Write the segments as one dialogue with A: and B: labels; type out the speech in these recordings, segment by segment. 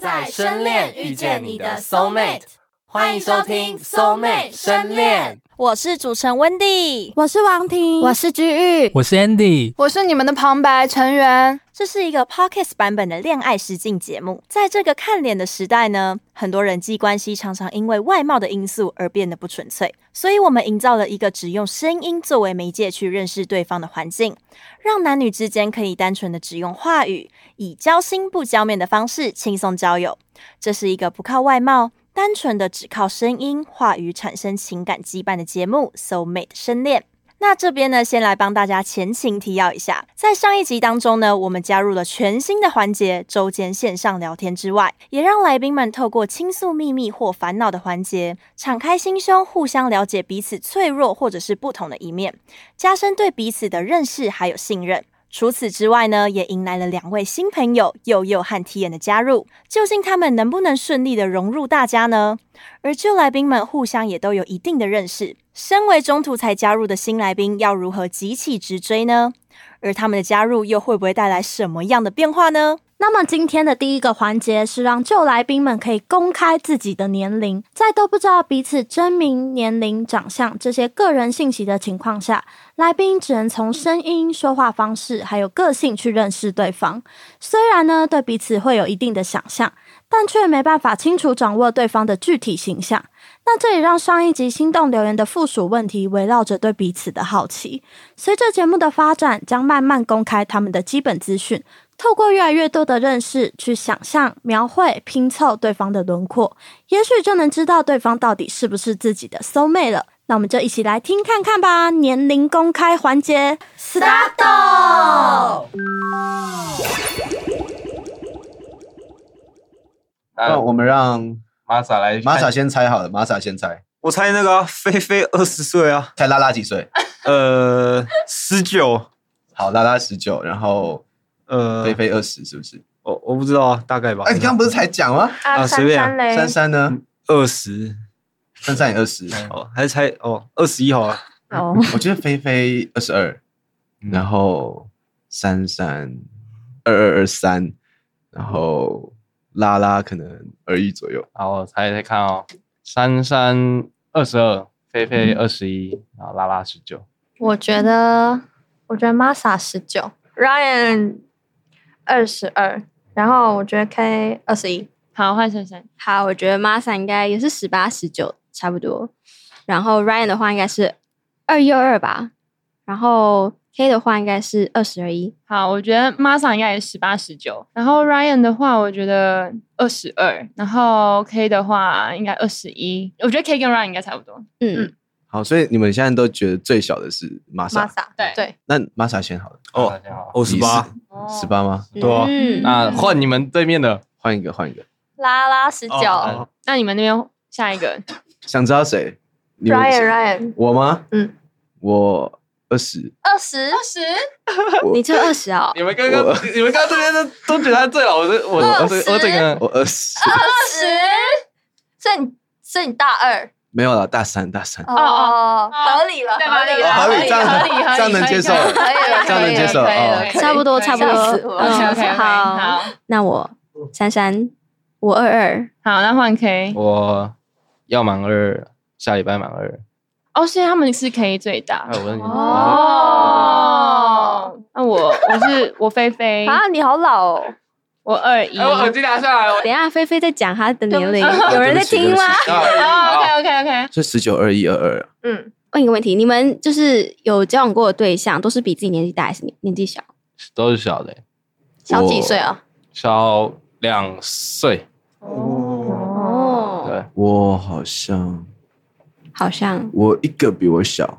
A: 在深恋遇见你的 soul mate，欢迎收听 soul mate 深恋。
B: 我是主持人 Wendy，
C: 我是王婷，
D: 我是居 玉，
E: 我是 Andy，
F: 我是你们的旁白成员。
B: 这是一个 Podcast 版本的恋爱实境节目。在这个看脸的时代呢，很多人际关系常常因为外貌的因素而变得不纯粹，所以我们营造了一个只用声音作为媒介去认识对方的环境，让男女之间可以单纯的只用话语，以交心不交面的方式轻松交友。这是一个不靠外貌。单纯的只靠声音、话语产生情感羁绊的节目《Soul Mate 深恋》。那这边呢，先来帮大家前情提要一下。在上一集当中呢，我们加入了全新的环节——周间线上聊天之外，也让来宾们透过倾诉秘密或烦恼的环节，敞开心胸，互相了解彼此脆弱或者是不同的一面，加深对彼此的认识还有信任。除此之外呢，也迎来了两位新朋友佑佑和 T 眼的加入，究竟他们能不能顺利的融入大家呢？而旧来宾们互相也都有一定的认识，身为中途才加入的新来宾，要如何急起直追呢？而他们的加入又会不会带来什么样的变化呢？
D: 那么今天的第一个环节是让旧来宾们可以公开自己的年龄，在都不知道彼此真名、年龄、长相这些个人信息的情况下，来宾只能从声音、说话方式还有个性去认识对方。虽然呢对彼此会有一定的想象，但却没办法清楚掌握对方的具体形象。那这也让上一集心动留言的附属问题围绕着对彼此的好奇。随着节目的发展，将慢慢公开他们的基本资讯。透过越来越多的认识，去想象、描绘、拼凑对方的轮廓，也许就能知道对方到底是不是自己的 soul mate 了。那我们就一起来听看看吧。年龄公开环节
B: ，start！
G: 那我们让
H: 玛莎来，
G: 玛莎先猜好了，玛莎先猜，
I: 我猜那个啊菲菲二十岁啊，
G: 猜拉拉几岁？
I: 呃，十九，
G: 好，拉拉十九，然后
I: 呃，
G: 菲，菲二十，是不是？
I: 我我不知道啊，大概吧。
G: 哎，你刚刚不是才讲吗？
I: 啊随便啊
F: 珊珊嘞
G: 珊珊呢？
I: 二十？
G: 珊珊也二十，
I: 哦，还是猜哦，二十一好了。
F: 哦，
G: 我觉得菲菲二十二，然后珊珊二二二三，然后拉拉可能二一左右。
H: 好，我猜猜看哦，珊珊二十二，菲菲二十一，然后拉拉十九，
J: 我觉得，我觉得 Masa 十九，Ryan 二十二，然后我觉得 K 二十一。
K: 好，换珊珊。
J: 好，我觉得 Masa 应该也是十八、十九差不多。然后 Ryan 的话应该是二一二二吧，然后 K 的话应该是二十二一。
K: 好，我觉得 Masa 应该也十八十九，然后 Ryan 的话，我觉得二十二，然后 K 的话应该二十一。我觉得 K 跟 Ryan 应该差不多。
J: 嗯
G: 好，所以你们现在都觉得最小的是玛莎，
J: ，Masa
K: 对
J: 对，
G: 那玛莎先好了，
I: 哦
H: 大家好。
I: 我十八，
G: 十八吗？
I: 对啊
J: 嗯
H: 那换你们对面的，
G: 换一个，换一个。
K: 拉拉十
I: 哦哦
K: 嗯那你们那边下一个
G: 想知道谁？你们
F: Ryan Ryan
G: 我吗？
J: 嗯，
G: 我二十，
F: 二十
K: 二十，
J: 你 就二十哦，
H: 你们刚刚你们刚刚这边都都觉得他最老，我这我我这我这个
G: 我二十，
F: 二十，所以你所以你大二
G: 没有了，大三，大三。
K: 哦哦
F: 合理了，
K: 对吧
F: 合理
G: 哦
F: 了，
G: 合理，这样
K: 合理合理
G: 这样能接受，
K: 合理
F: 可以了，
G: 这样
F: 可
G: 能
F: 以
G: 接
F: 了
G: 受哦。
J: 差不多差不多。嗯
F: 吓死我了
K: ？OK OK
J: 好，
K: 好，
J: 那我珊珊，我二二，
K: 好，那换 K。
H: 我要满二，下礼拜满二，
K: 哦，所以他们是 K 最大
H: 哎，。我
F: 哦
K: 哦，那我我是我菲菲，
F: 啊，你好老哦，
K: 我二一。
H: 哎我耳机拿下来了，
J: 等一下菲菲在讲她的年龄，
G: 哦
J: 有 人在听吗？？
K: 哦，OK OK OK，
G: 所以十九二一二啊二，
F: 嗯，
J: 问一个问题，你们就是有交往过的对象，都是比自己年纪大还是年年纪小？
H: 都是小的，欸
F: 小几岁啊？
H: 小两岁，
J: 哦，
H: 对，
G: 我好像
J: 好像
G: 我一个比我小，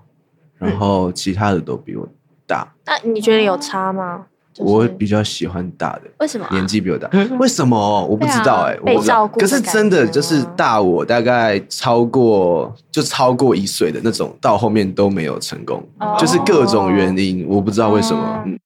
G: 然后其他的都比我大。
F: 那你觉得有差吗？就是
G: 我比较喜欢大的，
J: 为什么啊、
G: 年纪比我大，为什么我不知道哎、我
F: 嗯啊被
G: 不知道
F: 照顾
G: 可
F: 的
G: 是
F: 感
G: 真的
F: 觉
G: 就是
F: 吗
G: 大我大概超过就超过一岁的那种，到后面都没有成功，
K: 哦
G: 就是各种原因，我不知道为什
F: 哦
G: 么。嗯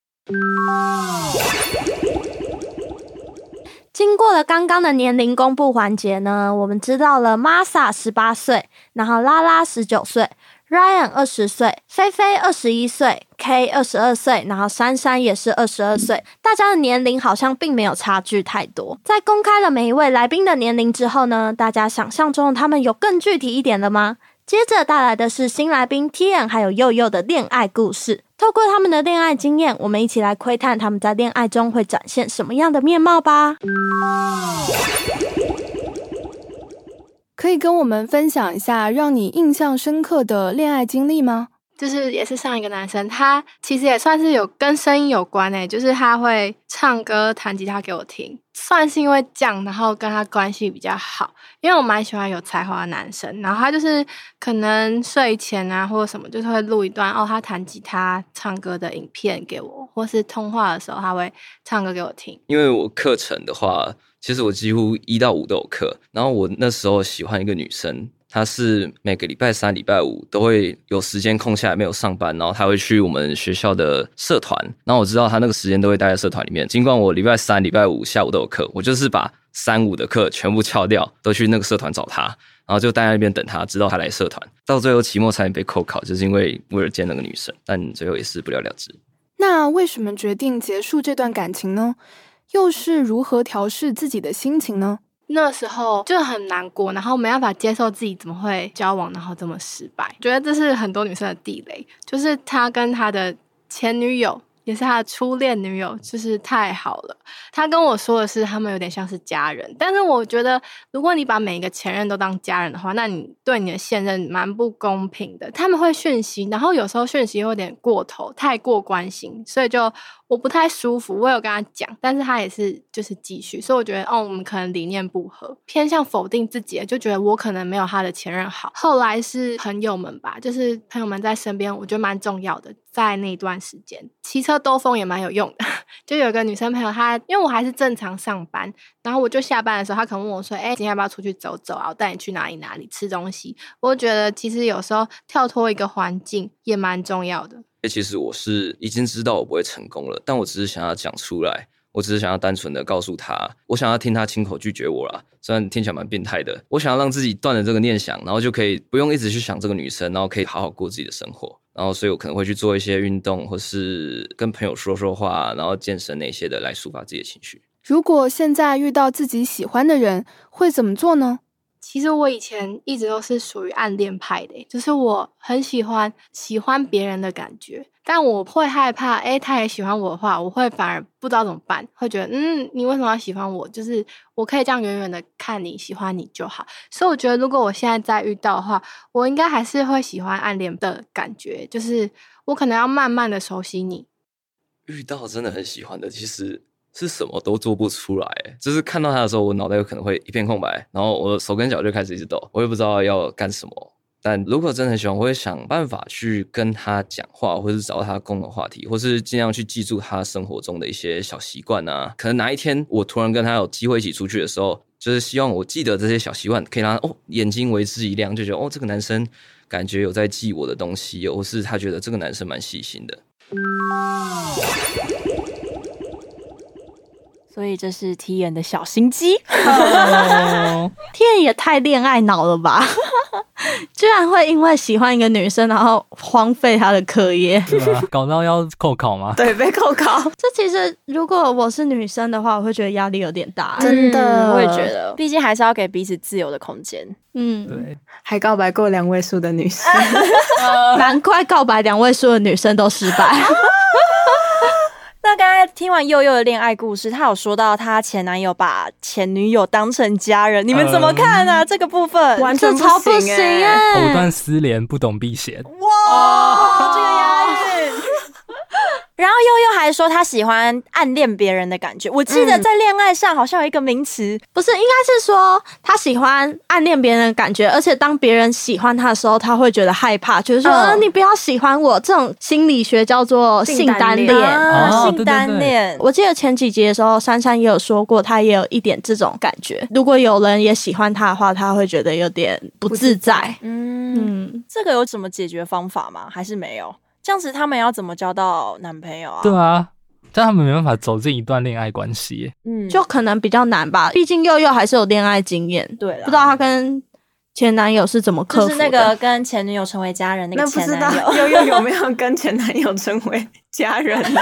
D: 经过了刚刚的年龄公布环节呢，我们知道了 Masa 十八岁，然后拉拉十九岁， Ryan 二十岁，菲菲二十一岁，K 二十二岁，然后珊珊也是二十二岁，大家的年龄好像并没有差距太多。在公开了每一位来宾的年龄之后呢，大家想象中的他们有更具体一点了吗？接着带来的是新来宾 Tian 还有佑佑的恋爱故事。透过他们的恋爱经验，我们一起来窥探他们在恋爱中会展现什么样的面貌吧。
C: 可以跟我们分享一下让你印象深刻的恋爱经历吗？
E: 就是也是上一个男生，他其实也算是有跟声音有关诶、就是他会唱歌、弹吉他给我听，算是因为这样，然后跟他关系比较好，因为我蛮喜欢有才华的男生，然后他就是可能睡前啊或者什么，就是会录一段哦他弹吉他、唱歌的影片给我，或是通话的时候他会唱歌给我听。
L: 因为我课程的话，其实我几乎一到五都有课。然后我那时候喜欢一个女生，她是每个礼拜三、礼拜五都会有时间空下来，没有上班，然后她会去我们学校的社团。然后我知道她那个时间都会待在社团里面。尽管我礼拜三、礼拜五下午都有课，我就是把三五的课全部翘掉，都去那个社团找她，然后就待在那边等她，直到她来社团。到最后期末差点被扣考，就是因为为了见那个女生，但最后也是不了了之。
C: 那为什么决定结束这段感情呢？又是如何调试自己的心情呢？
E: 那时候就很难过，然后没办法接受自己怎么会交往，然后这么失败。觉得这是很多女生的地雷，就是他跟他的前女友，也是他的初恋女友，就是太好了。他跟我说的是他们有点像是家人，但是我觉得如果你把每一个前任都当家人的话，那你对你的现任蛮不公平的。他们会讯息，然后有时候讯息有点过头，太过关心，所以就我不太舒服。我有跟他讲，但是他也是就是继续，所以我觉得哦，我们可能理念不合，偏向否定自己，就觉得我可能没有他的前任好。后来是朋友们吧，就是朋友们在身边，我觉得蛮重要的。在那段时间，骑车兜风也蛮有用的。 就有一个女生朋友她，因为我还是正常上班，然后我就下班的时候，她可能问我说：“哎、今天要不要出去走走啊？我带你去哪里哪里吃东西？”我就觉得其实有时候跳脱一个环境也蛮重要的。
L: 因为其实我是已经知道我不会成功了，但我只是想要讲出来，我只是想要单纯的告诉他，我想要听他亲口拒绝我啦。虽然听起来蛮变态的，我想要让自己断了这个念想，然后就可以不用一直去想这个女生，然后可以好好过自己的生活。然后，所以我可能会去做一些运动，或是跟朋友说说话，然后健身那些的来抒发自己的情绪。
C: 如果现在遇到自己喜欢的人，会怎么做呢？
E: 其实我以前一直都是属于暗恋派的欸，就是我很喜欢喜欢别人的感觉，但我会害怕，诶、他也喜欢我的话，我会反而不知道怎么办，会觉得，嗯，你为什么要喜欢我？就是我可以这样远远的看你，喜欢你就好。所以我觉得，如果我现在再遇到的话，我应该还是会喜欢暗恋的感觉，就是我可能要慢慢的熟悉你，
L: 遇到真的很喜欢的，其实是什么都做不出来。就是看到他的时候，我脑袋有可能会一片空白，然后我的手跟脚就开始一直抖，我也不知道要干什么。但如果真的很喜欢，我会想办法去跟他讲话，或是找到他共同话题，或是尽量去记住他生活中的一些小习惯啊。可能哪一天我突然跟他有机会一起出去的时候，就是希望我记得这些小习惯，可以让他哦眼睛为之一亮，就觉得哦这个男生感觉有在记我的东西，哦或是他觉得这个男生蛮细心的。
B: 所以这是 T 人的小心机。
C: 哦
D: 天也太恋爱脑了吧！ 居然会因为喜欢一个女生，然后荒废她的 课业。
M: 对 啊搞到要扣考吗？
D: 对，被扣考。这其实如果我是女生的话，我会觉得压力有点大。
B: 真
J: 嗯
B: 的，
J: 我也觉得
B: 毕竟还是要给彼此自由的空间。
D: 嗯，
M: 对，
N: 还告白过两位数的女生，
D: 难怪告白两位数的女生都失败。
B: 那刚才听完佑佑的恋爱故事，她有说到她前男友把前女友当成家人，你们怎么看啊？这个部分
N: 嗯完全
D: 这超不行
N: 行欸
D: 哎
M: 藕断丝连，不懂避嫌。
A: 哦
B: 哇，这个押韵。然后悠悠还说她喜欢暗恋别人的感觉，我记得在恋爱上好像有一个名词，
D: 不是，应该是说他喜欢暗恋别人的感觉，而且当别人喜欢他的时候，他会觉得害怕，就是说、
B: 嗯
D: 呃你不要喜欢我。这种心理学叫做
N: 性
D: 性单
N: 单
D: 恋。
N: 恋
B: 啊，
M: 哦
B: 性单恋，
D: 我记得前几集的时候，珊珊也有说过，她也有一点这种感觉。如果有人也喜欢她的话，她会觉得有点不自在。
B: 嗯，
D: 嗯，
B: 这个有什么解决方法吗？还是没有？这样子他们要怎么交到男朋友啊？
M: 对啊，但他们没办法走进一段恋爱关系耶。
B: 嗯，
D: 就可能比较难吧，毕竟佑佑还是有恋爱经验，
B: 对啦
D: 不知道她跟前男友是怎么克
B: 就
D: 服的？
B: 是那个跟前女友成为家人那
N: 那
B: 个
N: 不
B: 前
N: 知
B: 男
N: 道
B: 友，
N: 悠悠有没有 跟前男友成为家人啊呢、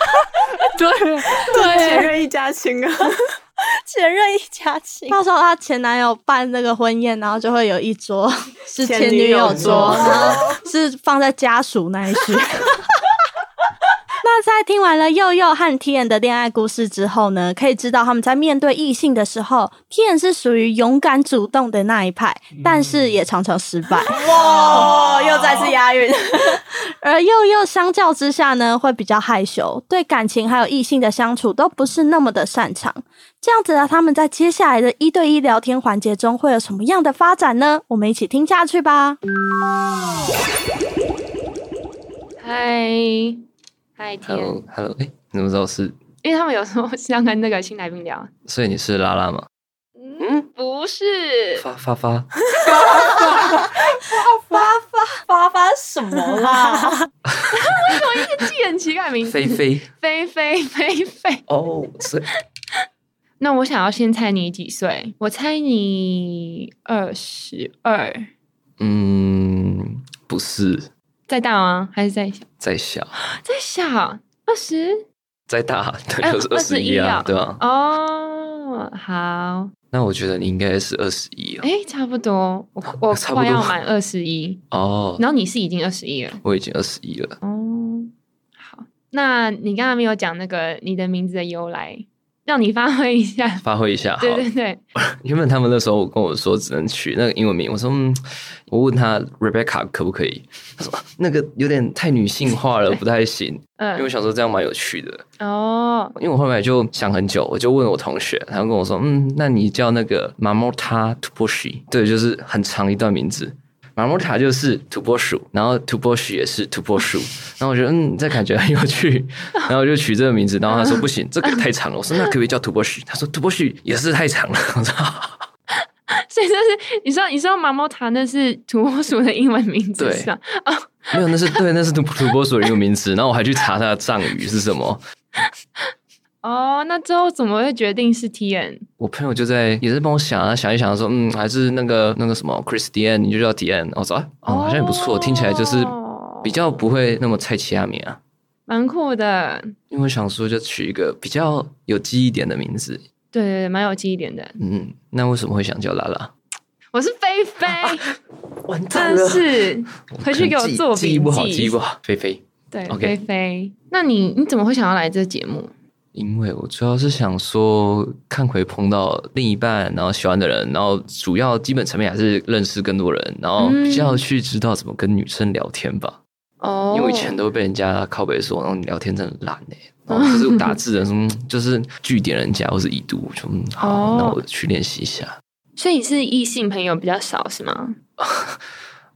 E: 对
N: 对，前任一 家亲啊。
B: 前任一家亲。
D: 到时候她前男友办那个婚宴，然后就会有一 桌是
N: 前
D: 前女友
N: 女友
D: 桌
N: 桌，
D: 然后是放在家属那一区。 那在听完了佑佑和 T N 的恋爱故事之后呢，可以知道他们在面对异性的时候，T N 是属于勇敢主动的那一派，但是也常常失败。
B: 哇，又再次押韵。
D: 而佑佑相较之下呢，会比较害羞，对感情还有异性的相处都不是那么的擅长。这样子啊，他们在接下来的一对一聊天环节中会有什么样的发展呢？我们一起听下去吧。
K: 嗨嗨天，
L: Hello，Hello，哎，你怎么知道是？
K: 因为他们有时候是要跟那个新来宾聊，
L: 所以你是拉拉吗？
K: 嗯，不是，
L: 发发发，
B: 发发发发什么啦？
K: 为什么一直记很奇怪的名字？
L: 菲菲，
K: 菲菲，菲菲。
L: 哦，所以
K: 那我想要先猜你几岁？我猜你二十二，
L: 嗯，不是，
K: 再大吗？还是再小？
L: 再小，
K: 再小，二十，
L: 再大，对，
K: 哎
L: 就是二十一
K: 21
L: 啊
K: 啊，
L: 对吧？
K: 哦，好，
L: 那我觉得你应该是二十一啊。
K: 哎，差不多，我我
L: 差不多
K: 快要满二十一，
L: 哦，
K: 然后你是已经二十一了。
L: 我已经二十一了。
K: 哦，好，那你刚刚没有讲那个你的名字的由来，让你发挥一下。
L: 发挥一下，
K: 对
L: 好。
K: 对对，
L: 原本他们那时候跟我说只能取那个英文名，我说，嗯、我问他 Rebecca 可不可以，他说那个有点太女性化了，不太行。
K: 嗯
L: 因为我想说这样蛮有趣的，
K: 哦，
L: 因为我后来就想很久，我就问我同学，他们跟我说，嗯，那你叫那个 Mamota Tuboshi，对，就是很长一段名字。Mamota 就是土拨鼠，然后 Tuboshi 也是土拨鼠，然后我觉得嗯，这感觉很有趣，然后我就取这个名字。然后他说不行，这个太长了。我说那可不可以叫土拨鼠？他说土拨鼠也是太长了。 我说好
K: 所以就是你知道，你知道毛毛糖那是土拨鼠的英文名字
L: 对
K: 是吧？
L: 没有，那是对，那是土土拨鼠的一个名词。然后我还去查它的藏语是什么。
K: 哦，那之后怎么会决定是 T N？
L: 我朋友就在也是帮我想啊，想一想说，嗯，还是那个那个什么 Christian，你就叫 d i n 我说啊，哦，好像也不错，听起来就是
K: 哦
L: 比较不会那么菜奇亚米啊。
K: 蛮酷的，
L: 因为我想说就取一个比较有记忆点的名字。
K: 对对对，蛮有记忆点的。
L: 嗯，那为什么会想叫拉拉？
K: 我是菲菲，
L: 完
K: 真的是回去给我做
L: 记
K: 笔
L: 忆不好，
K: 记
L: 记忆不好，菲菲。
K: 对
L: OK
K: 菲菲，那你你怎么会想要来这节目？
L: 因为我主要是想说，看回碰到另一半，然后喜欢的人，然后主要基本层面还是认识更多人，然
K: 嗯
L: 后比较去知道怎么跟女生聊天吧。
K: 哦
L: 因为我以前都被人家靠背说，然哦后你聊天真的懒哎、
K: 哦
L: 然后就是打字的什么，就是据点人家或是已读，我就嗯好，
K: 哦
L: 那我去练习一下。
K: 所以你是异性朋友比较少是吗？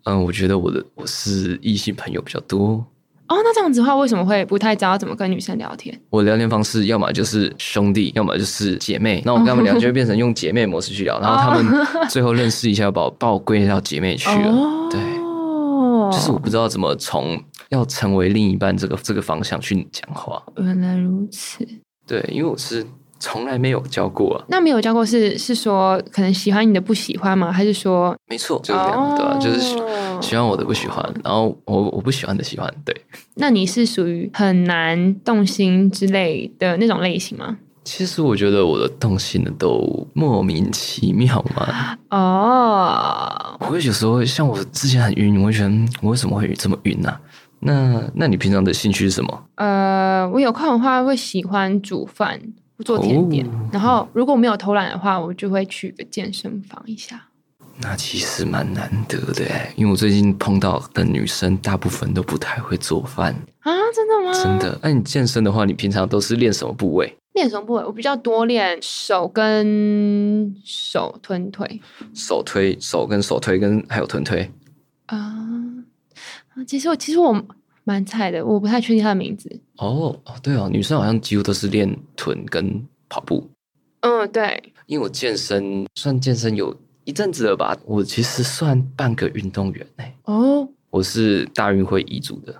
L: 嗯，我觉得我的我是异性朋友比较多，
K: 哦，那这样子的话，为什么会不太知道怎么跟女生聊天？
L: 我聊天方式要么就是兄弟，要么就是姐妹。那我跟他们聊就会变成用姐妹模式去聊，
K: 哦
L: 然后他们最后认识一下，把我把我归类到姐妹去了。
K: 哦，
L: 对，
K: 哦
L: 就是我不知道怎么从要成为另一半这个这个方向去讲话。
K: 原来如此。
L: 对，因为我是从来没有教过啊。
K: 那没有教过是是说可能喜欢你的不喜欢吗？还是说
L: 没错，就是这样，对吧、就是喜
K: 哦
L: 喜欢我的不喜欢，然后我我不喜欢的喜欢，对。
K: 那你是属于很难动心之类的那种类型吗？
L: 其实我觉得我的动心的都莫名其妙嘛，
K: 哦，
L: 我会有时候像我之前很晕，我会觉得嗯我为什么会这么晕呢、那那你平常的兴趣是什么？
K: 呃，我有空的话会喜欢煮饭、做甜点，
L: 哦
K: 然后如果没有偷懒的话，我就会去个健身房一下。
L: 那其实蛮难得的哎，因为我最近碰到的女生大部分都不太会做饭，
K: 啊，真的吗？
L: 真的。那、你健身的话，你平常都是练什么部位？
K: 练什么部位？我比较多练手跟手臀腿
L: 手推、手跟手推跟还有臀推。
K: 啊、啊其实我其实我蛮菜的，我不太确定它的名字。
L: 哦哦，对哦，女生好像几乎都是练臀跟跑步。
K: 嗯，对，
L: 因为我健身算健身有一阵子了吧，我其实算半个运动员哎、
K: 哦，
L: 我是大运会遗嘱的。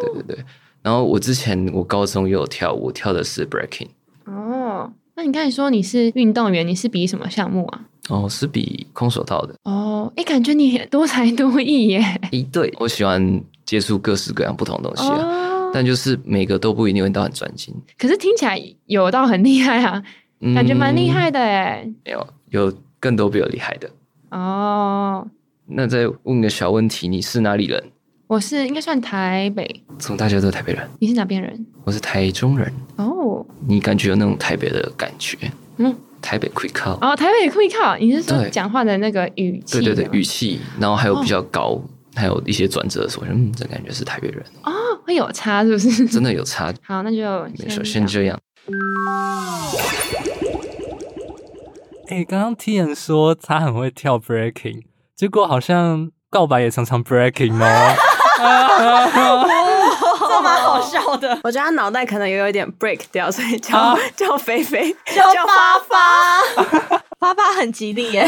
L: 对对对。然后我之前我高中也有跳舞，我跳的是 breaking。
K: 哦，那你刚才说你是运动员，你是比什么项目啊？
L: 哦，是比空手道的。
K: 哦，哎，感觉你也多才多艺耶。
L: 一对，我喜欢接触各式各样不同的东西啊，
K: 哦，
L: 但就是每个都不一定会到很专心。
K: 可是听起来有到很厉害啊，
L: 嗯
K: 感觉蛮厉害的哎。
L: 没有，有更多比我厉害的。
K: 哦，
L: 那再问个小问题，你是哪里人？
K: 我是应该算台北，
L: 怎么大家都是台北人？
K: 你是哪边人？
L: 我是台中人。
K: 哦，
L: 你感觉有那种台北的感觉？
K: 嗯，
L: 台北 quick call。
K: 哦，台北会靠，你是说
L: 对
K: 讲话的那个语气？
L: 对对对，语气，然后还有
K: 哦
L: 比较高，还有一些转折的时候，我觉得嗯，这感觉是台北人，
K: 哦，会有差是不是？
L: 真的有差。
K: 好，那就
L: 没错，先这样。
M: 哎，刚刚 T 人说他很会跳 breaking，结果好像告白也常常 breaking 哦。
N: 这蛮好笑的。我觉得他脑袋可能也有一点 break 掉，所以叫、 叫菲菲，叫发发。
D: 发发很吉利耶。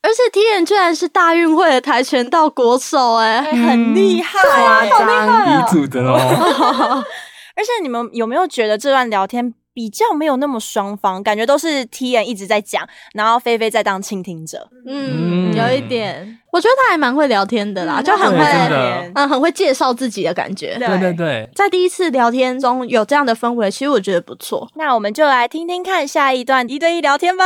D: 而且 T 人居然是大运会的跆拳道国手，哎，
B: 很厉 害
D: 对啊好厉害
B: 张
M: 遗嘱的哦。
B: 而且你们有没有觉得这段聊天比较没有那么双方，感觉都是 T N 一直在讲，然后菲菲在当倾听者。
D: 嗯，
B: 嗯
D: 有一点，我觉得他还蛮会聊天的啦，
B: 嗯
D: 就很
B: 对真
D: 会
B: 的，
D: 嗯，很会介绍自己的感觉。
B: 对对
M: 对，
D: 在第一次聊天中有这样的氛围，其实我觉得不错。
B: 那我们就来听听看下一段一对一聊天吧。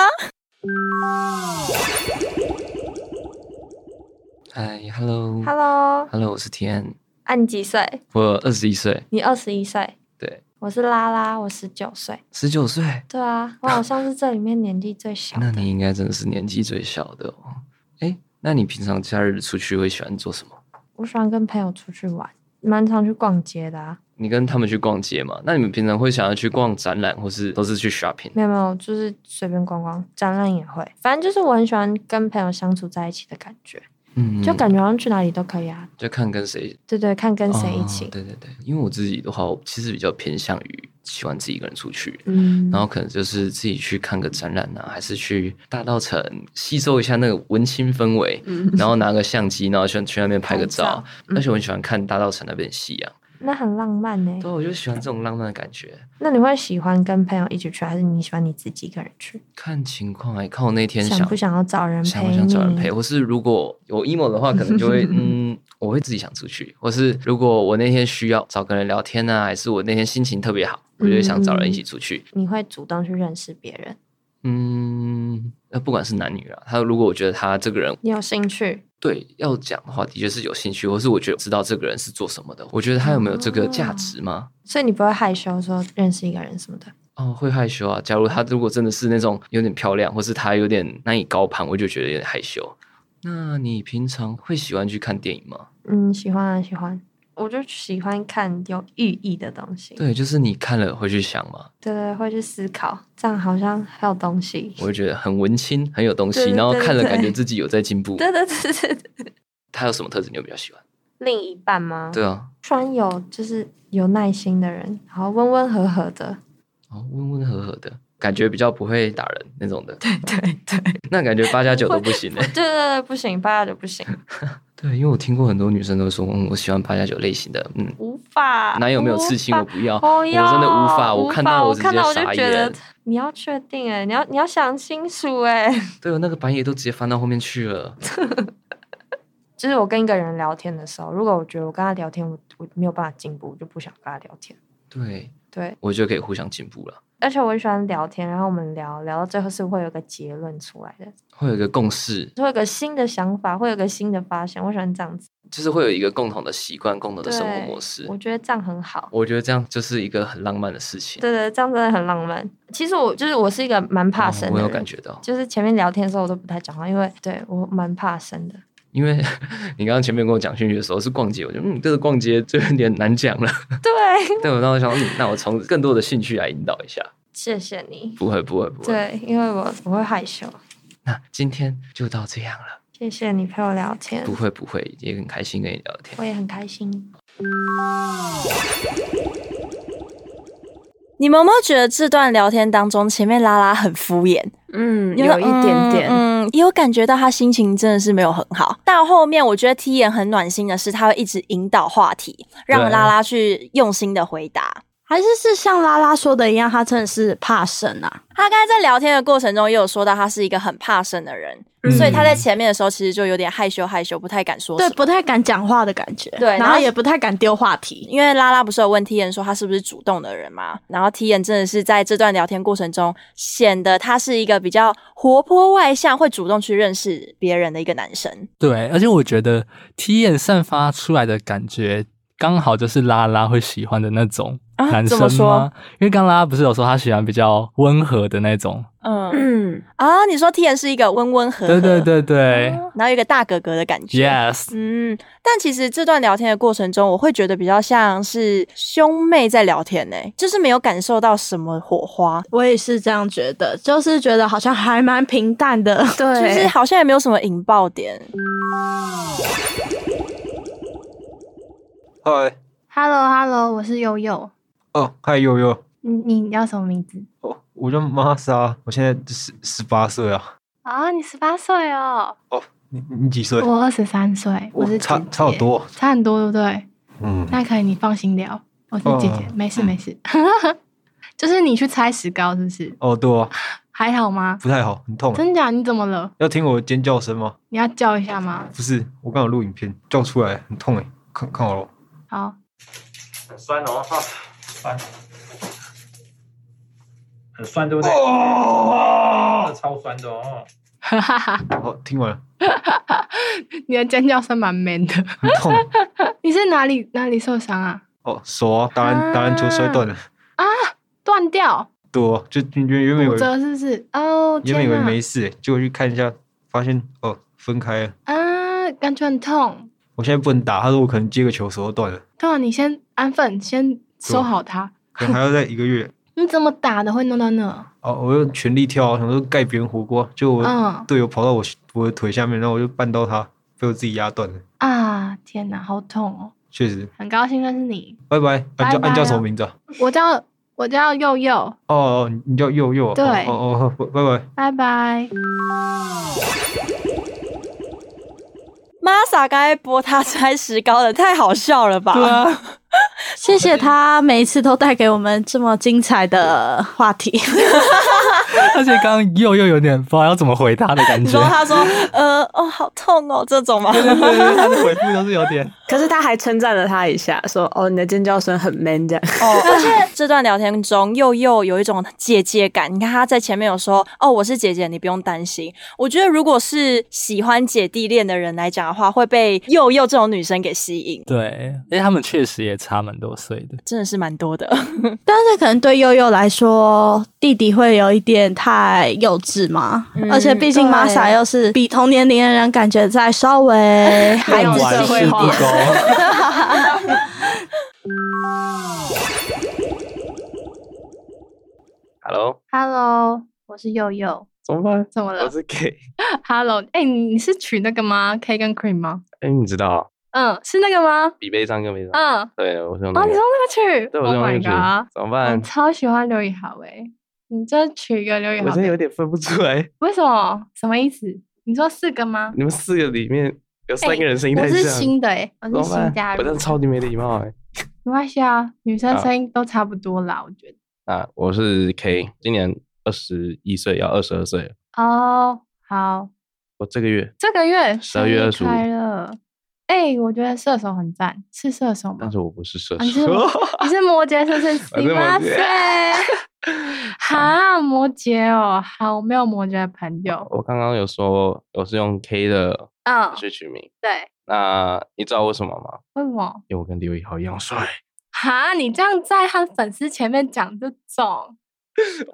L: 嗨，hello，hello，
F: Hello，
L: 我是天，
F: 啊，你几岁？
L: 我二十一岁，
F: 你二十一岁，
L: 对，
F: 我是拉拉，我十九岁。
L: 十九岁，。
F: 对啊，我好像是这里面年纪最小
L: 那你应该真的是年纪最小的哦。哎，那你平常假日出去会喜欢做什么？
F: 我喜欢跟朋友出去玩，蛮常去逛街的啊。
L: 你跟他们去逛街嘛？那你们平常会想要去逛展览，或是都是去 shopping？
F: 没有没有，就是随便逛逛，展览也会。反正就是我很喜欢跟朋友相处在一起的感觉，
L: 嗯，
F: 就感觉好像去哪里都可以啊。
L: 就看跟谁
F: 对对，看跟谁一
L: 哦
F: 起。
L: 对对对，因为我自己的话，我其实比较偏向于喜欢自己一个人出去，
F: 嗯
L: 然后可能就是自己去看个展览啊，还是去大道城吸收一下那个文青氛围，
F: 嗯
L: 然后拿个相机，然后去去那边拍个照，
F: 照嗯
L: 而且我很喜欢看大道城那边的夕阳，
F: 那很浪漫呢、
L: 对，我就喜欢这种浪漫的感觉。
F: 那你会喜欢跟朋友一起去，还是你喜欢你自己一个人去？
L: 看情况哎、看我那天
F: 想不想要找人
L: 想
F: 陪
L: 不想找人
F: 你
L: 陪，或是如果有 emo 的话，可能 就会嗯，我会自己想出去，或是如果我那天需要找个人聊天啊，还是我那天心情特别好，我就会想找人
F: 嗯
L: 一起出去。
F: 你会主动去认识别人，
L: 嗯，那不管是男女啊，他如果我觉得他这个人
F: 你有兴趣，
L: 对要讲的话，的确是有兴趣，或是我觉得知道这个人是做什么的，我觉得他有没有这个价值吗？
F: 所以你不会害羞说认识一个人什么的。
L: 哦，会害羞啊。假如他如果真的是那种有点漂亮，或是他有点难以高攀，我就觉得有点害羞。那你平常会喜欢去看电影吗？
F: 嗯，喜欢啊，喜欢。我就喜欢看有寓意的东西，
L: 对，就是你看了会去想嘛，
F: 对对，会去思考，这样好像还有东西。
L: 我会觉得很文青，很有东西，
F: 对对
L: 然后看了
F: 对对
L: 感觉自己有在进步。
F: 对对对对对，
L: 他有什么特质你会比较喜欢？
F: 另一半吗？
L: 对，啊，
F: 喜欢有就是有耐心的人，然后温温和和的。
L: 哦，温温和和的感觉比较不会打人那种的。对对对，那感觉八加九都不行嘞、
F: 对对对，不行，八加九不 行，
L: 对，因为我听过很多女生都说，嗯，我喜欢八加九类型的，嗯，
F: 无法。
L: 男友没有刺青我
F: 无法
L: 不要，
F: 哦
L: 我真的无法，
F: 我
L: 看到
F: 我
L: 直
F: 看
L: 接
F: 到我就
L: 傻
F: 觉得
L: 眼。
F: 你要确定哎、你要你要想清楚哎、
L: 对，我啊那个白眼都直接翻到后面去了。
F: 就是我跟一个人聊天的时候，如果我觉得我跟他聊天，我我没有办法进步，我就不想跟他聊天。
L: 对，
F: 对，
L: 我觉得可以互相进步了，
F: 而且我很喜欢聊天，然后我们聊聊到最后是会有一个结论出来的，
L: 会有一个共识，
F: 会有一个新的想法，会有一个新的发现。我喜欢这样子，
L: 就是会有一个共同的习惯、共同的
F: 对，
L: 生活模式。
F: 我觉得这样很好。
L: 我觉得这样就是一个很浪漫的事情。
F: 对对，这样真的很浪漫。其实我就是我是一个蛮怕生的、
L: 哦我有感觉到，
F: 就是前面聊天的时候我都不太讲话，因为对我蛮怕生的。
L: 因为 你刚刚前面跟我讲兴趣的时候是逛街，我觉得嗯，这个逛街就有点难讲了。
F: 对，
L: 对，我让我想，嗯，那我从更多的兴趣来引导一下。
F: 谢谢你。
L: 不会，不会，不会。
F: 对，因为我我会害羞。
L: 那今天就到这样了。
F: 谢谢你陪我聊天
L: 不，会，不会，也很开心跟你聊天。
F: 我也很开心。
B: 你们有没有觉得这段聊天当中，前面拉拉很敷衍？
N: 嗯，
B: 有
N: 有一点点。
B: 嗯，嗯也有感觉到他心情真的是没有很好。到后面，我觉得 T 眼很暖心的是，他会一直引导话题，让
N: 对
B: 拉拉去用心的回答。
D: 还是是像拉拉说的一样，他真的是怕生啊。
B: 他刚才在聊天的过程中也有说到，他是一个很怕生的人，
D: 嗯
B: 所以他在前面的时候其实就有点害羞害羞，不太敢说什
D: 对，
B: 么。
D: 不太敢讲话的感觉，
B: 对
D: 然
B: 然
D: 后
B: 后
D: 也不太敢丢话题。
B: 因为拉拉不是有问 T 人说他是不是主动的人嘛，然后 T 人真的是在这段聊天过程中显得他是一个比较活泼外向，会主动去认识别人的一个男生。
M: 对，而且我觉得 T 眼散发出来的感觉，刚好就是拉拉会喜欢的那种
B: 啊
M: 男
B: 怎
M: 生
B: 么
M: 吗？
B: 说
M: 因为刚拉拉不是有说他喜欢比较温和的那种，
B: 嗯嗯啊，你说 T 人是一个温温和和，
M: 对对对对、
B: 然后有一个大哥哥的感觉。
M: y e s
B: 嗯，但其实这段聊天的过程中，我会觉得比较像是兄妹在聊天呢、就是没有感受到什么火花，
D: 我也是这样觉得，就是觉得好像还蛮平淡的，
B: 就
D: 对
B: 是好像也没有什么引爆点。
I: 嗨，
E: Hello Hello，我是悠悠，
I: 哦，嗨悠悠，
E: 你你叫什么名字
I: 我叫玛莎，啊我现在十十八岁啊，
E: 啊？你十八岁哦，
I: 你你几岁？
E: 我二十三岁，我
I: 我
E: 是
I: 差
E: 姐姐
I: 差好多，
E: 差很多，对不对？
I: 嗯，
E: 那可以，你放心聊，我是姐姐，
I: 哦
E: 没事没事。 就是你去猜石膏是不是？
I: 哦对啊，
E: 还好吗？
I: 不太好，很痛。啊欸
E: 真假？你怎么了？
I: 要听我尖叫声吗？
E: 你要叫一下吗？
I: 不是，我刚有录影片，叫出来很痛哎，看看我咯。
E: 好，
O: 很酸哦，哈，酸，很酸，对不对？
I: 哦，
O: 超酸的哦。
E: 哈哈哈，
I: 好，听完了，
E: 你的尖叫声蛮 man 的。
I: 很痛。
E: 你是哪里哪里受伤啊？
I: 哦，手啊，打篮打篮球摔断了，
E: 啊，断掉，
I: 对啊，就原原本以
E: 骨
I: 为
E: 折是不是？哦，
I: 原本以
E: 天
I: 为
E: 哪
I: 没事欸，结果去看一下，发现哦分开了。
E: 啊，感觉很痛。
I: 我现在不能打，他说我可能接个球手都断了，
E: 对啊，你先安分，先收好它。
I: 可能还要再一个月。
E: 你怎么打的会弄到那？
I: 哦，我用全力跳啊，想说盖别人火锅，结果
E: 嗯
I: 我队友跑到我我的腿下面，然后我就绊到他，被我自己压断了。
E: 啊，天哪，好痛哦！
I: 确实，
E: 很高兴认识你，
I: 拜拜。啊、你叫
E: 拜拜
I: 啊你叫什么
E: 啊
I: 名字啊？
E: 我叫我叫佑佑，
I: 哦哦，你你叫佑佑啊。哦
E: 对
I: 哦哦，拜拜。
E: 拜拜。
B: 玛莎刚才播他拆石膏的，太好笑了吧？
D: 对啊， 谢谢他每一次都带给我们这么精彩的话 题。
M: 而且刚刚又又有点不知道要怎么回他的感
B: 你
M: 觉
B: 说。他 说呃哦好痛哦这种吗？
M: 对对对对，他的回复都是有点。
N: 可是他还称赞了他一下，说：“哦，你的尖叫声很 man 这样。”
B: 哦，而且这段聊天中，佑佑有一种姐姐感。你看他在前面有说：“哦，我是姐姐，你不用担心。”我觉得如果是喜欢姐弟恋的人来讲的话，会被佑佑这种女生给吸引，
M: 对，因为他们确实也差蛮多岁的。
B: 真的是蛮多的。
D: 但是可能对悠悠来说，弟弟会有一点太幼稚嘛，
B: 嗯
D: 而且毕竟
B: 对
D: 玛莎又是比同年龄的人感觉再稍微孩子
M: 玩
D: 气一
M: 世不
D: 点。
M: 恭
L: Hello，
E: Hello，我是佑佑。
L: 怎么办？
E: 怎么了
L: 我是 K，
E: Hello，哎、你你是取那个吗？K 跟 Cream 吗？
L: 哎、你知道
E: 嗯，是那个吗？
L: 比悲伤更悲伤。
E: 嗯，
L: 对，我是用
E: 哦，
L: 那
E: 你
L: 个
E: 说。那个曲，
L: 对，我是用
E: Oh
L: 那
E: my
L: 个
E: god
L: 曲，怎么办
E: 我？超喜欢刘以豪诶、你这取一个刘以豪
L: 我
E: 的，
L: 真的有点分不出来，
E: 为什么？什么意思？你说四个吗？
L: 你们四个里面有三个人声音
E: 哎
L: 太
E: 我
L: 像。
E: 是新的哎我
L: 怎
E: 是
L: 么办
E: 新加入
L: 我真的超级没礼貌哎。
E: 没关系啊，女生
L: 好
E: 声音都差不多啦，我觉得。
L: 啊，我是 K，今年二十一岁，要二十二岁了。
E: 哦、好，
L: 我这个月，
E: 这个月
L: 12月25
E: 生日快乐。哎、我觉得射手很赞，是射手吗？
L: 但是我不是射
E: 啊、你是
L: 手，
E: 摩你是摩羯是不是？
L: 我是摩羯
E: 羯。哈，摩羯哦，好，我没有摩羯的朋友。
L: 我刚刚有说我是用 K 的
E: 嗯
L: 去取名，
E: 对，
L: 那你知道为什么吗？
E: 为什么？
L: 因为我跟刘以豪一样帅。
E: 哈，你这样在他粉丝前面讲这种，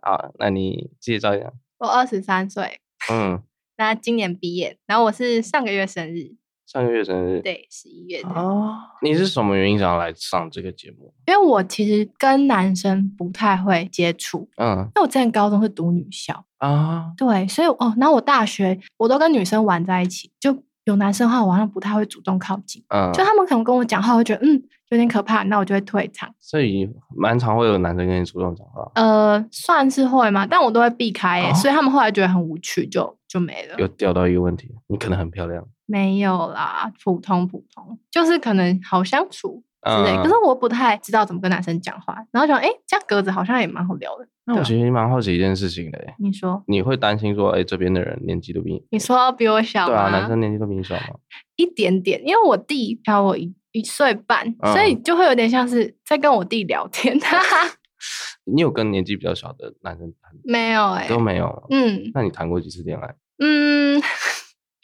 L: 好，那你介绍一下。
E: 我二十三岁，
L: 嗯，
E: 那今年毕业，然后我是上个月生日，
L: 上个月生日，
E: 对，十一月的。
L: 哦，你是什么原因想要来上这个节目？
E: 因为我其实跟男生不太会接触，
L: 嗯
E: 那我之前高中是读女校，
L: 啊，
E: 对，所以哦，那我大学我都跟女生玩在一起，就有男生的话，我好像不太会主动靠近，
L: 嗯，
E: 就他们可能跟我讲话，我会觉得嗯有点可怕，那我就会退场。
L: 所以蛮常会有男生跟你主动讲话，
E: 呃，算是会嘛，但我都会避开耶，
L: 哦
E: 所以他们后来觉得很无趣，就就没了。
L: 有钓到一个问题，
E: 啊
L: 你可能很漂亮
E: 没有啦，普通普通，就是可能好相处。之类。
H: 嗯
E: 可是我不太知道怎么跟男生讲话，然后想，哎、这样格子好像也蛮好聊的。啊
H: 那我其实蛮好奇一件事情的
L: 欸
H: 耶，
E: 你说，
H: 你会担心说，哎，这边的人年纪都比你
E: 你说比我小
H: 对啊，男
E: 吗？
H: 生年纪都比你小吗？
E: 一点点，因为我弟小我一一岁半，
H: 嗯
E: 所以就会有点像是在跟我弟聊天。 哈哈，
H: 你有跟年纪比较小的男生谈
E: 没有哎、
H: 都没有吗？
E: 嗯
H: 那你谈过几次恋爱？
E: 嗯，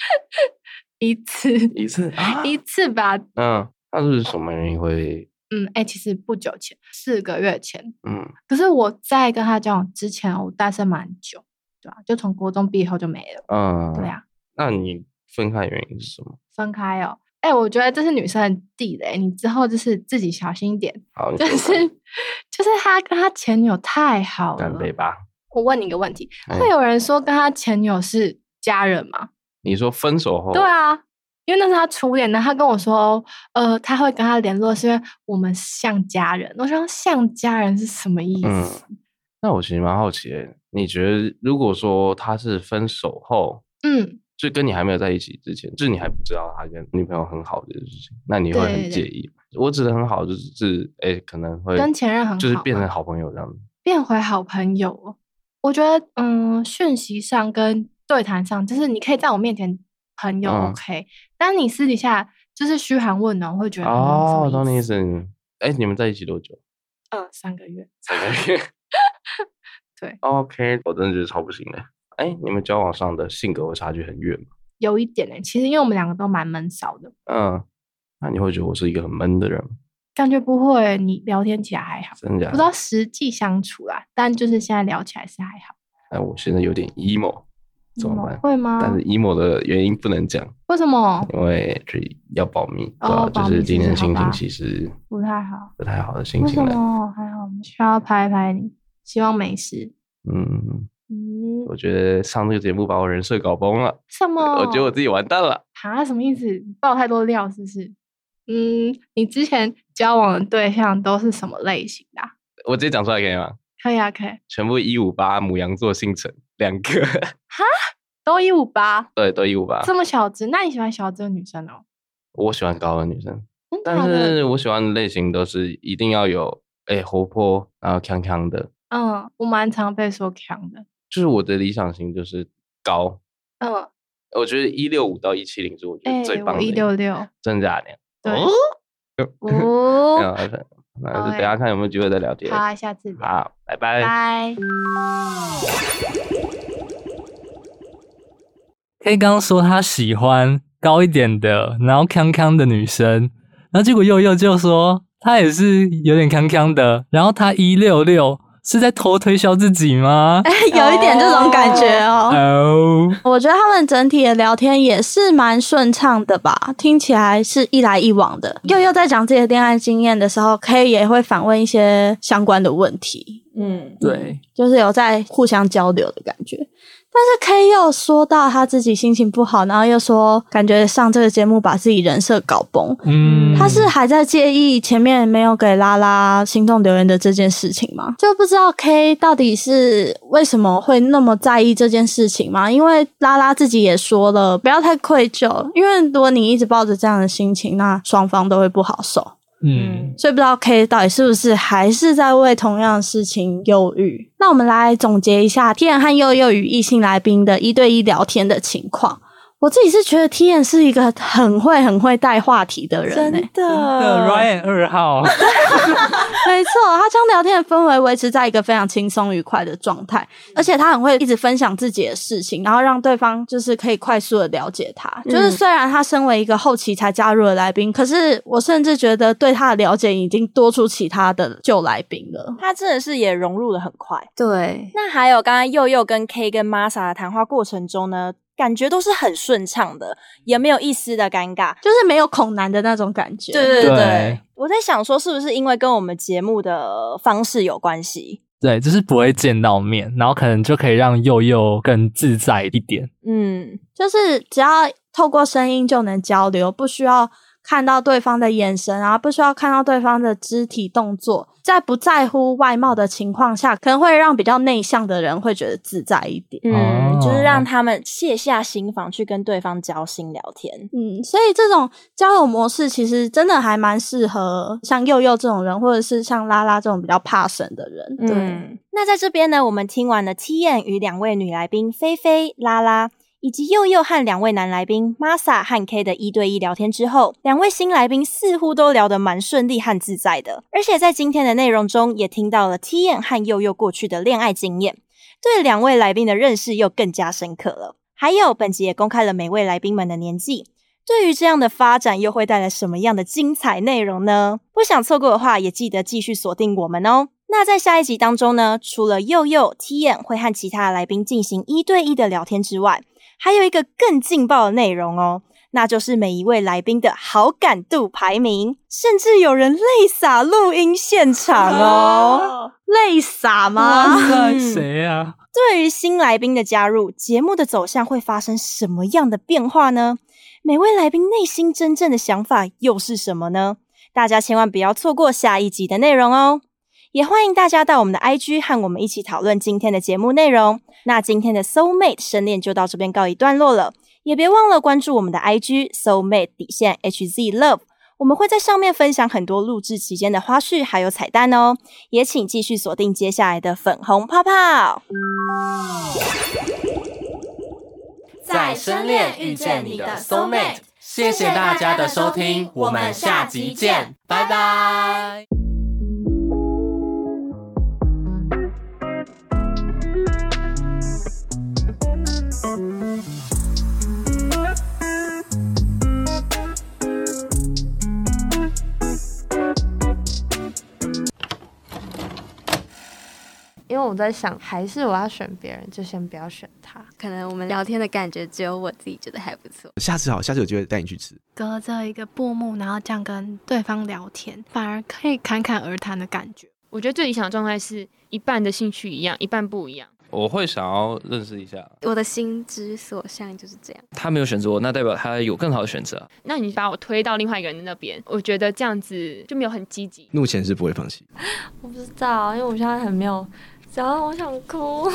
E: 一次
H: 一次啊
E: 一次吧。
H: 嗯，那是什么原因会？
E: 嗯，哎、其实不久前，四个月前，
H: 嗯，
E: 可是我在跟他交往之前，我单身蛮久，对吧、就从国中毕业后就没了，
H: 嗯，
E: 对啊。
H: 那你分开的原因是什么？
E: 分开哦。哎、我觉得这是女生的地雷，你之后就是自己小心一点。
H: 好，你
E: 就
H: 说
E: 是 就是他跟他前女友太好
H: 干
E: 了。
H: 杯吧。
E: 我问你一个问题，
H: 哎
E: 会有人说跟他前女友是家人吗？
H: 你说分手后，
E: 对，啊。因为那是他初恋，然后他跟我说，呃，他会跟他联络，是因为我们像家人。我想像家人是什么意
H: 嗯
E: 思？，
H: 那我其实蛮好奇的，你觉得如果说他是分手后，
E: 嗯，
H: 就跟你还没有在一起之前，就是你还不知道他跟女朋友很好这件事情，那你会
E: 对对
H: 很介
E: 对
H: 意吗？我指的很好，就是是哎、可能会
E: 跟前任很
H: 就是
E: 好
H: 变
E: 吗
H: 成好朋友这样子。
E: 变回好朋友哦。我觉得，嗯，讯息上跟对谈上，就是你可以在我面前朋友
H: 嗯
E: OK，、但你私底下就是嘘寒问暖，我会觉得
H: 哦，
E: 嗯什
H: 懂
E: 么
H: 你
E: 意
H: 意
E: 思
H: 思。哎、你们在一起多久？
E: 嗯，三个月，
H: 三个月。
E: 对
H: ，OK，我真的觉得超不行的。哎、你们交往上的性格会差距很远吗？
E: 有一点呢、欸其实因为我们两个都蛮闷骚的，
H: 嗯，那你会觉得我是一个很闷的人吗？
E: 感觉不会、你聊天起来还好，
H: 真的假
E: 不知
H: 的？
E: 道实际相处啦，但就是现在聊起来是还好。
H: 哎，我现在有点 emo，怎么
E: emo
H: 办？
E: 会吗
H: 但是 emo 的原因不能讲，
E: 为什么
H: 因为这要保密，对
E: 哦
H: 吧？
E: 保
H: 就是
E: 密是
H: 今
E: 不
H: 天的
E: 是好
H: 心情
E: 吧
H: 其实
E: 不太好？
H: 不太好的心
E: 为
H: 情
E: 什
H: 了。
E: 么还好？我们需要拍拍你，希望没事。
H: 嗯，
E: 嗯，
H: 我觉得上这个节目把我人设搞崩了，
E: 什么？
H: 我觉得我自己完蛋了。
E: 啊，什么意思？爆太多料是不是？嗯，你之前交往的对象都是什么类型的啊、
H: 我直接讲出来可以吗？
E: 可以啊，可以。
H: 全部一五八母羊座姓陈两个，
E: 都一五八，
H: 对，都一五八。
E: 这么小只，那你喜欢小只的女生哦？
H: 我喜欢高的女生，
E: 真
H: 但
E: 假的？
H: 是我喜欢的类型都是一定要有哎、活泼，然后康康的，
E: 嗯，我蛮常被说强的。
H: 就是我的理想型就是高。
E: 嗯，
H: 我觉得一六五到一七零是我觉
E: 哎、
H: 得最棒
E: 我
H: 的一
E: 一
H: 个，
E: 六六，
H: 真假的？
E: 对，
H: 哦没 有
E: 哦，
H: 还是那
E: 好
H: 是等
E: 欸
H: 一下看有没有机会再聊天。
E: 好啊，下次聊
H: 好，拜拜。
E: 拜。
M: K 刚说他喜欢高一点的，然后康康的女生，然后结果佑佑就说他也是有点康康的，然后他一六六是在偷推销自己 吗？
D: 哎有一点这种感觉哦。
M: 哦、
D: 我觉得他们整体的聊天也是蛮顺畅的吧，听起来是一来一往的。又又在讲自己的恋爱经验的时候，K 也会反问一些相关的问题，
J: 嗯，
M: 对，
D: 就是有在互相交流的感觉。但是 K 又说到他自己心情不好，然后又说感觉上这个节目把自己人设搞崩，
M: 嗯，
D: 他是还在介意前面没有给拉拉心动留言的这件事情吗？就不知道 K 到底是为什么会那么在意这件事情吗？因为拉拉自己也说了，不要太愧疚，因为如果你一直抱着这样的心情，那双方都会不好受。
M: 嗯，
D: 所以不知道 K 到底是不是还是在为同样的事情忧郁。那我们来总结一下 T N 和佑佑与异性来宾的一对一聊天的情况。我自己是觉得 T N 是一个很会很会带话题的人、欸，
K: 真
M: 的 Ryan 二号，
D: 没错，他将聊天的氛围维持在一个非常轻松愉快的状态，
J: 嗯
D: 而且他很会一直分享自己的事情，然后让对方就是可以快速的了解他。
J: 嗯
D: 就是虽然他身为一个后期才加入的来宾，可是我甚至觉得对他的了解已经多出其他的旧来宾了。
B: 他真的是也融入的很快。
J: 对，
B: 那还有刚才佑佑跟 K 跟 Masa 的谈话过程中呢，感觉都是很顺畅的，也没有一丝的尴尬。
D: 就是没有恐男的那种感觉，
B: 对对对，
M: 对
B: 我在想说是不是因为跟我们节目的方式有关系？
M: 对，就是不会见到面，然后可能就可以让佑佑更自在一点。
B: 嗯，
D: 就是只要透过声音就能交流，不需要看到对方的眼神，然后不需要看到对方的肢体动作，在不在乎外貌的情况下，可能会让比较内向的人会觉得自在一点。
B: 嗯，就是让他们卸下心防去跟对方交心聊天。
D: 嗯，所以这种交友模式其实真的还蛮适合像佑佑这种人，或者是像拉拉这种比较怕神的人。对，
B: 嗯那在这边呢，我们听完了 T N 与两位女来宾菲菲、拉拉，以及佑佑和两位男来宾 Masa 和 K 的一对一聊天之后，两位新来宾似乎都聊得蛮顺利和自在的，而且在今天的内容中也听到了 T N 和佑佑过去的恋爱经验，对两位来宾的认识又更加深刻了。还有，本集也公开了每位来宾们的年纪。对于这样的发展，又会带来什么样的精彩内容呢？不想错过的话，也记得继续锁定我们哦。那在下一集当中呢，除了佑佑、T 眼会和其他来宾进行一对一的聊天之外，还有一个更劲爆的内容哦，那就是每一位来宾的好感度排名，甚至有人泪洒录音现场哦，
D: 泪洒
M: 啊哇
D: 吗？
M: 塞，
B: 嗯
M: 谁啊？
B: 对于新来宾的加入，节目的走向会发生什么样的变化呢？每位来宾内心真正的想法又是什么呢？大家千万不要错过下一集的内容哦！也欢迎大家到我们的 IG 和我们一起讨论今天的节目内容。那今天的 Soul Mate 深恋就到这边告一段落了，也别忘了关注我们的 IG Soul Mate 底线 HZ Love，我们会在上面分享很多录制期间的花絮还有彩蛋哦。也请继续锁定接下来的粉红泡泡。
A: 在深恋遇见你的 soul mate。谢谢大家的收听，我们下集见，拜拜。
F: 因为我在想，还是我要选别人，就先不要选他。
J: 可能我们聊天的感觉只有我自己觉得还不错。
G: 下次好，下次有机会带你去吃。
E: 隔着一个布幕，然后这样跟对方聊天，反而可以侃侃而谈的感觉。
K: 我觉得最理想的状态是一半的兴趣一样，一半不一样。
L: 我会想要认识一下。
J: 我的心之所向就是这样。
L: 他没有选择我，那代表他有更好的选择啊。
K: 那你把我推到另外一个人那边，我觉得这样子就没有很积极。
G: 目前是不会放弃。
F: 我不知道，因为我现在很没有，只要我想哭。